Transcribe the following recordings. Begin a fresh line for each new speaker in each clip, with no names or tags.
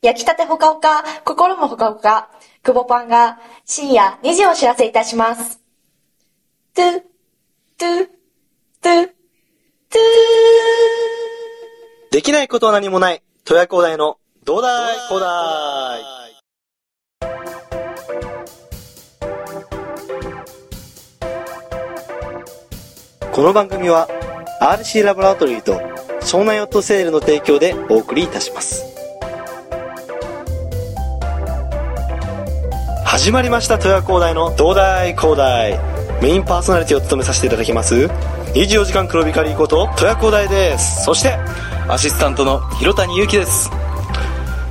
焼きたてほかほか、心もほかほか、久保パンが深夜2時をお知らせいたします。トゥ、トゥ、トゥ、トゥ
できないことは何もない、豊工大の、どうだい、こうだい。この番組は、RC ラボラトリーと、湘南ヨットセールの提供でお送りいたします。始まりました、豊工大の、どうだい、こうだい。メインパーソナリティを務めさせていただきます、24時間黒光りこと、豊工大です。そして、
アシスタントの広谷祐希です。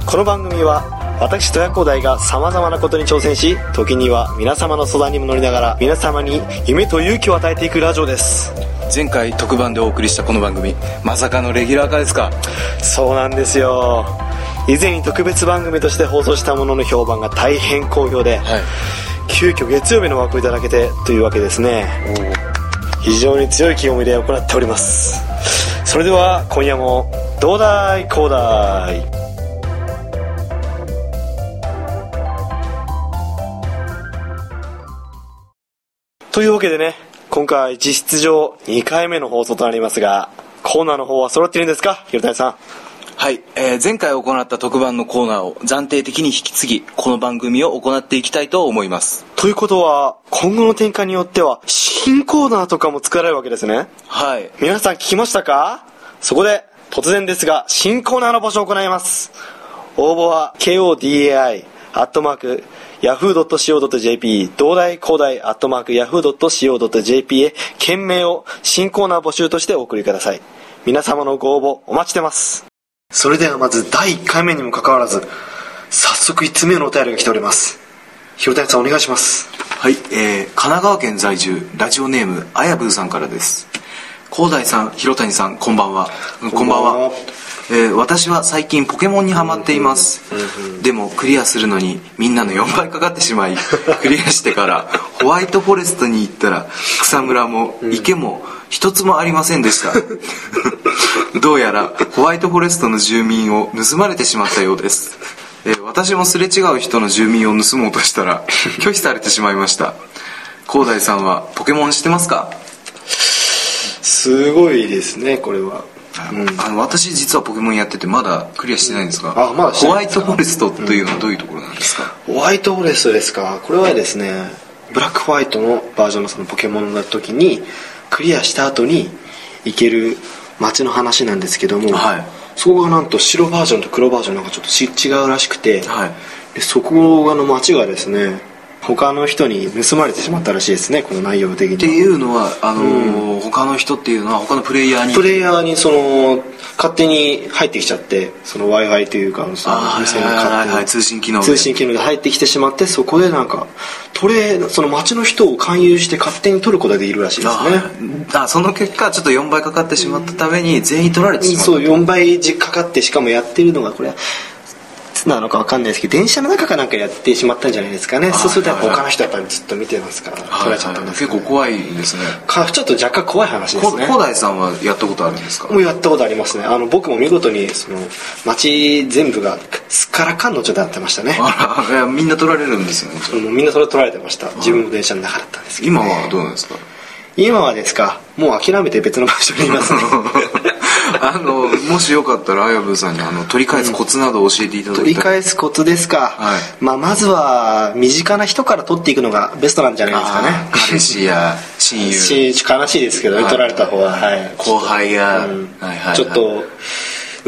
この番組は私戸谷光大が様々なことに挑戦し時には皆様の相談にも乗りながら皆様に夢と勇気を与えていくラジオです
前回特番でお送りしたこの番組、まさかのレギュラー化ですか
そうなんですよ以前に特別番組として放送したものの評判が大変好評で、
はい。
急遽月曜日の枠をいただけてというわけですね非常に強い気を入れを行っておりますそれでは今夜も「どうだいこうだい」というわけでね今回実質上2回目の放送となりますがコーナーの方は揃っているんですか広谷さん
はい、えー前回行った特番のコーナーを暫定的に引き継ぎ、この番組を行っていきたいと思います。
ということは今後の展開によっては新コーナーとかも作られるわけですね
はい。
皆さん聞きましたかそこで突然ですが新コーナーの募集を行います応募は KODAI アットマーク yahoo.co.jp 同大高大アットマーク yahoo.co.jp へ件名を新コーナー募集としてお送りください皆様のご応募お待ちしてますそれではまず第1回目にもかかわらず早速5つ目のお便りが来ております広谷さんお願いします
はい、えー神奈川県在住、ラジオネーム、あやぶーさんからです。広大さん、広谷さん、こんばんは。うんこんば
こ
ん
んばんは
は。えー私は最近ポケモンにハマっています。でもクリアするのにみんなの4倍かかってしまい、クリアしてからホワイトフォレストに行ったら草むらも池も一つもありませんでした。どうやらホワイトフォレストの住民を盗まれてしまったようです。えー私もすれ違う人の住民を盗もうとしたら拒否されてしまいました広大さんはポケモンしてますか、
すごいですねこれは
あの私実はポケモンやっててまだクリアしてないんですが、
あまだして
ホ
な
ワ
いんで
イ
す
ト
か
フォレストというのはどういうところなんですか、
ホワイトフォレストですかこれはですねブラックホワイトのバージョンのそのポケモンの時にクリアした後に行ける街の話なんですけども、
はい
そこがなんと白バージョンと黒バージョンなんかちょっとし違うらしくて、
はい
でそこの街がですね他の人に盗まれてしまったらしいですねこの内容的
って
には
いうのはあのー他の人っていうのは他のプレイヤーに
プレイヤーにその勝手に入ってきちゃってその w i f i というかその
あー
店の
はいはい
勝
はい
手
は
に
い通信機能で
通信機能で入ってきてしまってそこでなんかトレーその町の人を勧誘して勝手に取ることができるらしいですね
あーあその結果ちょっと4倍かかってしまったために全員取られてしまった
そう4倍時かかってしかもやってるのがこれなのかわかんないですけど電車の中かなんかやってしまったんじゃないですかね
はい
そうするとやっぱ
はい
他の人はやっぱりずっと見てますから
はい
取られちゃったんです
結構
い
怖いですね
ちょっと若干怖い話です
広
ね
大さんはやったことあるんですか
もうやったことありますねあの僕も見事にその街全部がすっからかんの状態になってましたね
あらいやみんな取られるんですよね
もうみんなそれ取られてました自分も電車の中だったんですけどね、
今はどうなん ですか
今はですかもう諦めて別の場所にいます ね
あのもしよかったらあやぶーさんにあの取り返すコツなどを教えていただ
取り
きたい、
返すコツですか、
はい
まあ、まずは身近な人から取っていくのがベストなんじゃないですかね
あー彼氏や親友
し悲しいですけどね
はい
取られた方は、はい
後輩や、
うん
はいはいはい
ちょっと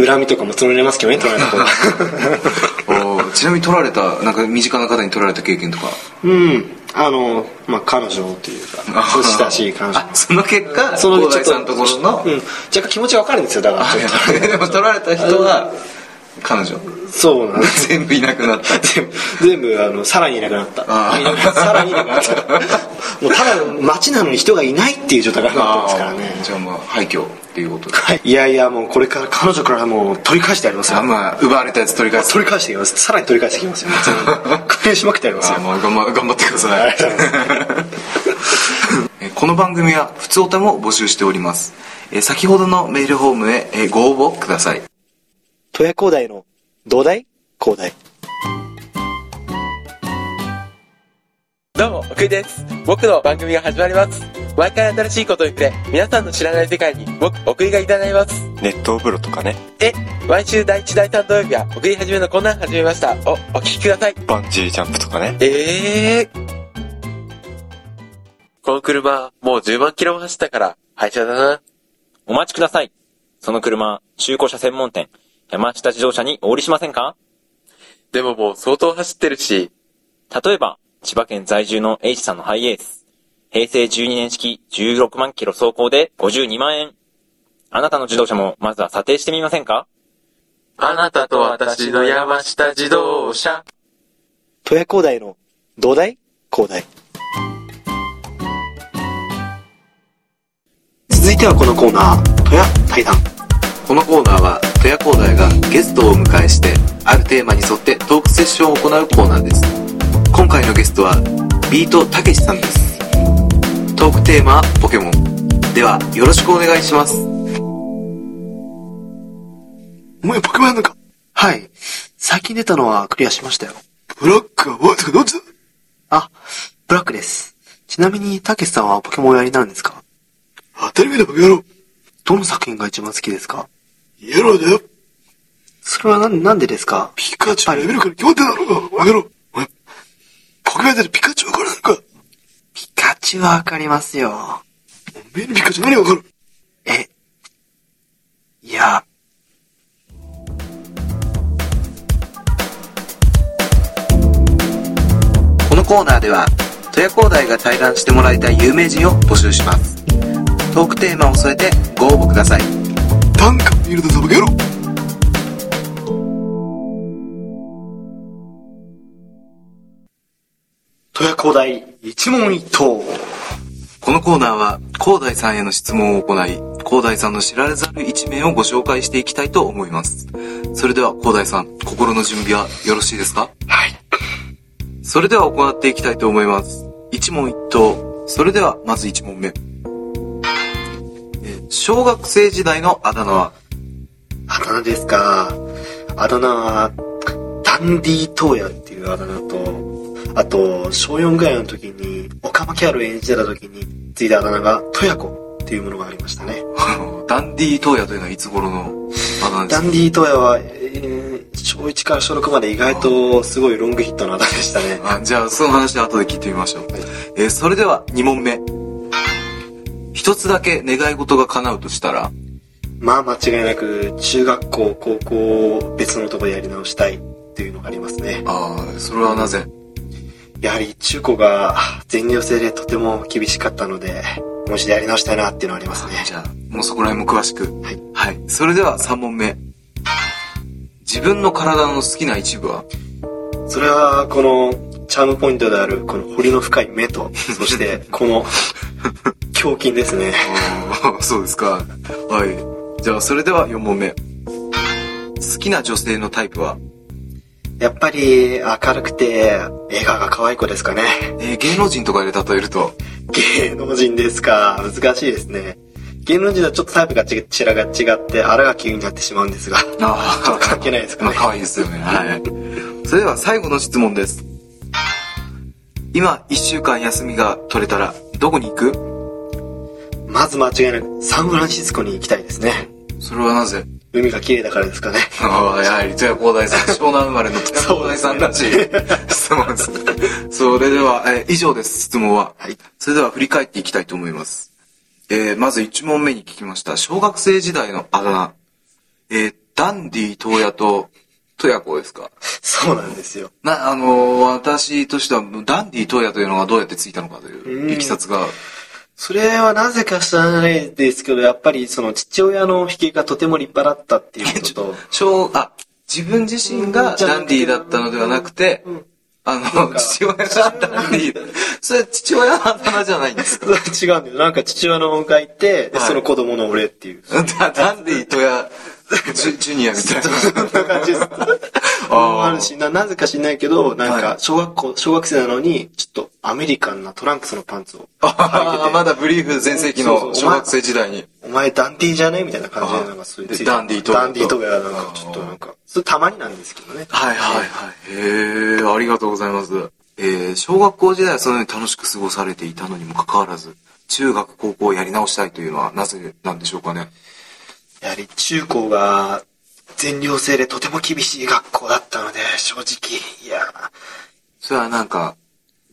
恨みとかも募りますけどね取られ た方は
おーちなみに取られたなんか身近な方に取られた経験とか
うんあのまあ彼女というか親しい彼女
あその結果
そのち
広
ょっ
大さんのところの、
うん、若干気持ちわかるんですよだからちょっ
あでも取られた人は彼女
とそうなんです
全部いなくなった
全部全部あのさらにいなくなった
あー
いなくなったさらにいなくなったもうただの街なのに人がいないっていう状態がなってますからね
あーじゃあまあ廃墟っていうことで
はいいやいやもうこれから彼女からもう取り返してやりますよ
あまあ奪われたやつ取り返す
取り返していきますさらに取り返していきますよ確認しまくってやります
あ
よ
もう頑張頑張ってくだ
あ
さ
り
い
がとうござい
えこの番組は普通おたも募集しておりますえ先ほどのメールホームへえご応募ください
豊工大の「どうだい
広大
どうも、奥井です。僕の番組が始まります。毎回新しいことに触れ、皆さんの知らない世界に僕、奥井がいただきます。
熱湯風呂とかね
で、毎週第1、第3土曜日は、奥井はじめのこんなん始めました。お、お聞きください。
バンジージャンプとかね
ええー。この車、もう10万キロも走ったから、廃車だな。
お待ちください。その車、中古車専門店、山下自動車にお売りしませんか
でももう相当走ってるし、
例えば、千葉県在住の H さんのハイエース。平成12年式16万キロ走行で52万円。あなたの自動車もまずは査定してみませんか
あなたと私の山下自動車。
富谷広大の土台広大続いてはこのコーナー富谷対談
このコーナーは富谷工大がゲストをお迎えしてあるテーマに沿ってトークセッションを行うコーナーです今回のゲストはビートたけしさんですトークテーマはポケモンではよろしくお願いします
お前ポケモンやんのか
はい最近出たのはクリアしましたよ
ブラックはワードどっちだ
あブラックですちなみにたけしさんはポケモンやりなんですか
当たり前だバカ野郎。
どの作品が一番好きですか
イエローだよ。
それはなんなんでですか
ピカチュウのレベルから決まってんだろうが、バカ野郎。お前、ポケモンやってピカチュウからなのか。
ピカチュウはわかりますよ
おめえにピカチュウ何がわかる
え、いや、このコーナーでは、富谷工大が対談してもらいたい有名人を募集します。トークテーマを添えてご応募ください。
短歌見るだぞ、バカ野郎。
富谷広大一問一答
このコーナーは、工大さんへの質問を行い、工大さんの知られざる一面をご紹介していきたいと思います。それでは工大さん、心の準備はよろしいですか
はい。
それでは行っていきたいと思います。一問一答。それでは、まず一問目。えー小学生時代のあだ名は、
あだ名ですか。あだ名は、ダンディトーヤっていうあだ名と、あと、小4ぐらいの時に、オカマキャルを演じてた時に、ついたあだ名が、トヤコっていうものがありましたね。
あのダンディートーヤというのはいつ頃のあだ名で
ダ
すか
ンディートーヤは、えー小1から小6まで意外とすごいロングヒットのあだ名でしたね。
あじゃあ、その話は後で聞いてみましょう。
はい
えーそれでは、二問目。一つだけ願い事が叶うとしたら、
まあ間違いなく、中学校、高校を別のとこでやり直したいっていうのがありますね。
ああ、それはなぜ
やはり中高が全寮制でとても厳しかったので、もう一度やり直したいなっていうのはありますね。。
じゃあ、もうそこら辺も詳しく。はいはい。それでは、三問目。自分の体の好きな一部は
それは、この、チャームポイントである、この彫りの深い目と、そ して、この、胸筋ですね。
あーそうですか。はい。じゃあ、それでは4問目。好きな女性のタイプは、
やっぱり、明るくて、笑顔が可愛い子ですかね。
えー芸能人とかで例えると、
芸能人ですか。難しいですね。芸能人とはちょっとタイプがちちらが違って、荒が急になってしまうんですが。
あ
ちょっと関係ないですかね
まあ、可愛いですよね。はい。それでは、最後の質問です。今、1週間休みが取れたら、どこに行く
まず間違いなく、サンフランシスコに行きたいですね。
それはなぜ
海が綺麗だからですかね。
ああ、やはり、富谷光大さん、湘南生まれの富谷光大さんらしい質問です。 それでは、えー以上です、質問は。
はい
それでは、振り返っていきたいと思います。えーまず1問目に聞きました。小学生時代のあだ名。えーダンディ東野と、富谷子ですか
そうなんですよ。
な、あのー私としては、ダンディ東野というのがどうやってついたのかと
う
い
ん
う、いきさつが、
それはなぜか知らないですけど、やっぱりその父親の引きがとても立派だったって いうことと、
小、あ、自分自身がダンディーだったのではなくて、あの、父親がダンディーだ。それ父親のあだ名じゃないんで すか
違うんだよ。なんか父親の方がいて、で
はい
その子供の俺って いう。
ダダンディーとや、ジュジュニアみたい
そんな感じです。
あー
あるしな、なぜか知んないけど、なん
は
か
い
小学校、小学生なのに、ちょっとアメリカンなトランクスのパンツを
な。まだブリーフ全盛期の
そうそう
小学生時代に。
おお前ダンディじゃねみたいな感じでなんかそういう
あ
つい
ダンディートーク
ダンディーとかがなんかちょっとなんかそれたまになんですけどね
はいはいはい。へえ、ありがとうございます。えー、小学校時代はそのように楽しく過ごされていたのにもかかわらず、中学、高校をやり直したいというのはなぜなんでしょうかね。
やはり中高が全寮制でとても厳しい学校だったので正直いや
それはなんか、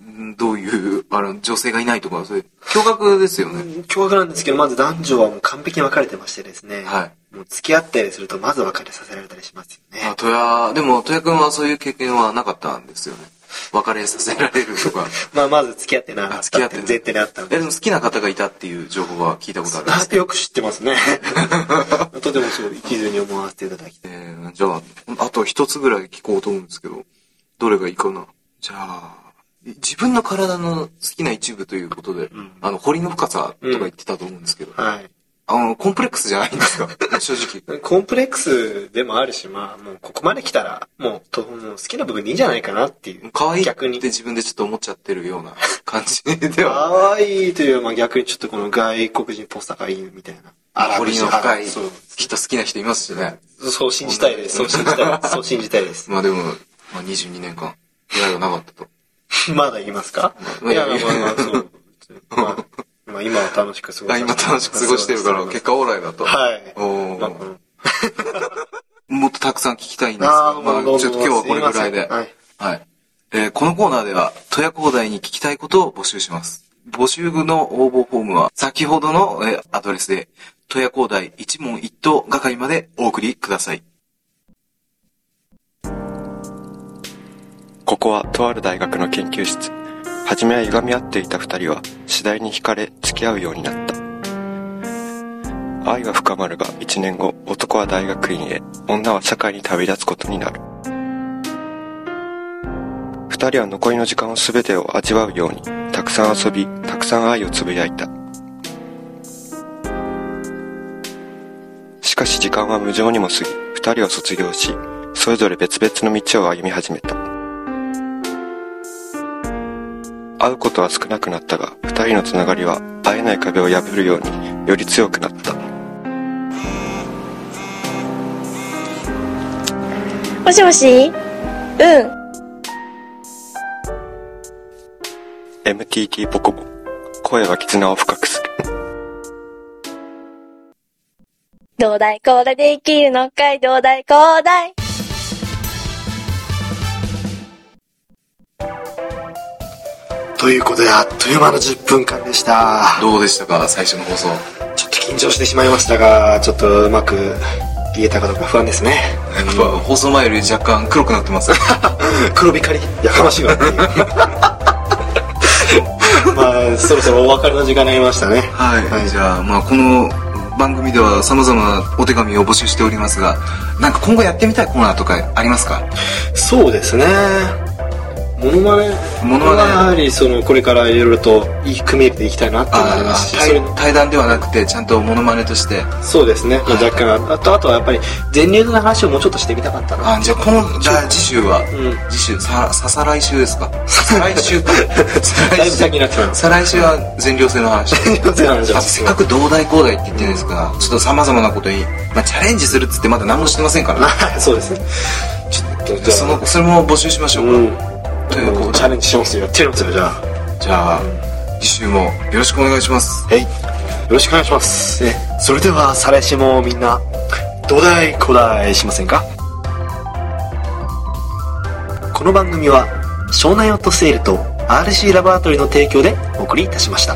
んどういう、あの、女性がいないとか、そういう、驚愕ですよね。
驚愕なんですけどまず男女はもう完璧に分かれてましてですね、
はい
もう付き合ったりするとまず別れさせられたりしますよ
あ、
ね
とや、でも、とやくんはそういう経験はなかったんですよね。別れさせられるとか。
まあまず付き合ってなか
あ
っ
付き
た
合
っ
ってて
前提にあったの
え、
で
でも好きな方がいたっていう情報は聞いたことあるんですけど。
よく知ってます ねとてもそう一途に思わせていただき
えー、じゃあ、あと一つぐらい聞こうと思うんですけど、どれがいいかな。じゃあ、自分の体の好きな一部ということで、あの、彫りの深さとか言ってたと思うんですけど、
はい
あの、コンプレックスじゃないんですか 正直。
コンプレックスでもあるし、まあ、もうここまで来たら、もうと、もう好きな部分でいいんじゃないかなっていう。
可愛いっ
逆
て
に。
自分でちょっと思っちゃってるような感じで は。
可愛いというより、まあ逆にちょっとこの外国人っぽさがいいみたいな。
彫りの深い
そう。
人好きな人いますしね。
そう信じたいです。そう信じたいです。そう信じたい です。
まあでも、まあ、22年間、出会いはなかったと。
まだ言いますかい
まあ
や、
い
ま
や
あまあ、そう。まあ、まあ今は楽しく過ご
あ
して
今楽しく過ごしてるから、結果オーライだと。
はい。
おー
まあこの
もっとたくさん聞きたいんです
あー
が、ま
ま
あ、
あ
ち
どう
ょ
も
っと今日はこれぐらい
す
で
い。ませんはい
はい。えーこのコーナーでは、都夜高台に聞きたいことを募集します。募集の応募フォームは、先ほどの、えーアドレスで、都夜高台一問一答係までお送りください。
ここはとある大学の研究室。初めは歪み合っていた二人は次第に惹かれ付き合うようになった。愛は深まるが一年後、男は大学院へ、女は社会に旅立つことになる。二人は残りの時間を全てを味わうように、たくさん遊び、たくさん愛をつぶやいた。しかし時間は無情にも過ぎ、二人は卒業し、それぞれ別々の道を歩み始めた。会うことは少なくなったが二人のつながりは会えない壁を破るようにより強くなった
もしもしうん。
MTT ポコボ声は絆を深くする
どうだいこうだいで生きるのかいどうだいこうだい
ということで、あっという間の10分間でした。
どうでしたか、最初の放送。
ちょっと緊張してしまいましたが、ちょっとうまく言えたかどうか不安ですね。
やっぱ、放送前より若干黒くなってます。
黒光り、やかましいわっていう まあ、そろそろお別れの時間になりましたね。
はい、
はい
じゃあ、まあ、この番組では様々なお手紙を募集しておりますが、なんか今後やってみたいコーナーとかありますか
そうですね。モノマネ。
モノマネ
やはり、その、これからいろいろと、いい、組み入れていきたいなっていうのがありますし、それ
対対談ではなくて、ちゃんとモノマネとして、
そうですね。まあ、若干、あと、あとはやっぱり、全流の話をもうちょっとしてみたかったな。
あ、じゃあ、この、じゃあ、次週は、
うん
次週、さ、ささ来週ですかさ来 週か。再
だいぶ先になってしまいます。
再来週は全寮制の話。 あせっかく同大高大って言ってるんですから、ちょっと様々なことに、まあ、チャレンジするっつってまだ何もしてませんからね。
そうですね。ちょっと、じゃあ、
その、それも募集しましょうか。
うん。
ということで
チャレンジしますよ。やってみますよ、じゃあ。
じゃあ、次週もよろしくお願いします。
はい。よろしくお願いします。え、それでは、再来週もみんな、土台古代しませんかこの番組は、湘南ヨットセールと RC ラバートリーの提供でお送りいたしました。